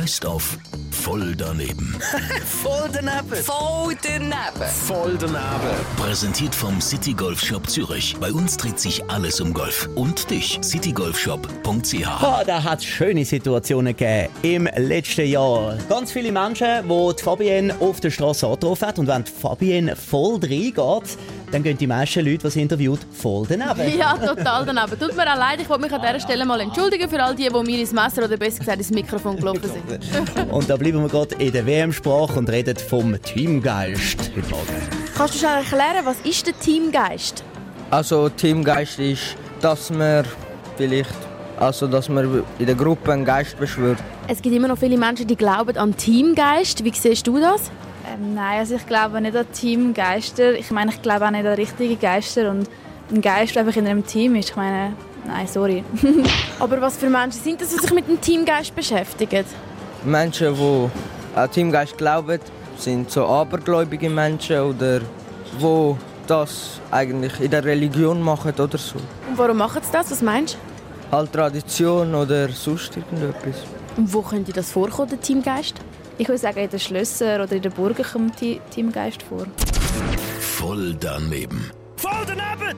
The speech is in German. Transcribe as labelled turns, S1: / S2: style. S1: heißt auf Voll daneben.
S2: Voll daneben!
S3: Voll daneben.
S2: Voll daneben!
S1: Präsentiert vom City Golf Shop Zürich. Bei uns dreht sich alles um Golf. Und dich, citygolfshop.ch.
S4: Ah, da hat es schöne Situationen gegeben im letzten Jahr. Ganz viele Menschen, die die Fabienne auf der Straße angetroffen hat. Und wenn die Fabienne voll reingeht, dann gehen die meisten Leute, die sie interviewt, voll daneben.
S5: Ja, total daneben. Tut mir auch leid, ich wollte mich an dieser Stelle mal entschuldigen für all die, die mir ins Messer oder besser gesagt ins Mikrofon gelaufen sind.
S4: Und da bleiben wir gerade in der WM-Sprache und reden vom Teamgeist heute Morgen.
S5: Kannst du schnell erklären, was ist der Teamgeist?
S6: Also Teamgeist ist, dass man vielleicht, also dass man in der Gruppe einen Geist beschwört.
S5: Es gibt immer noch viele Menschen, die glauben an Teamgeist. Wie siehst du das?
S7: Ähm, nein, also ich glaube nicht an Teamgeister. Ich meine, ich glaube auch nicht an richtige Geister. Und ein Geist, der einfach in einem Team ist, ich meine, nein, sorry.
S5: Aber was für Menschen sind das, die sich mit dem Teamgeist beschäftigen?
S6: Menschen, die an Teamgeist glauben, sind so abergläubige Menschen oder wo das eigentlich in der Religion machen oder so.
S5: Und warum machen sie das? Was meinst du?
S6: Halt Tradition oder sonst irgendetwas.
S5: Und wo könnte das vorkommen, der Teamgeist?
S7: Ich würde sagen, in den Schlössern oder in den Burgen kommt Ti- Teamgeist vor.
S1: Voll daneben.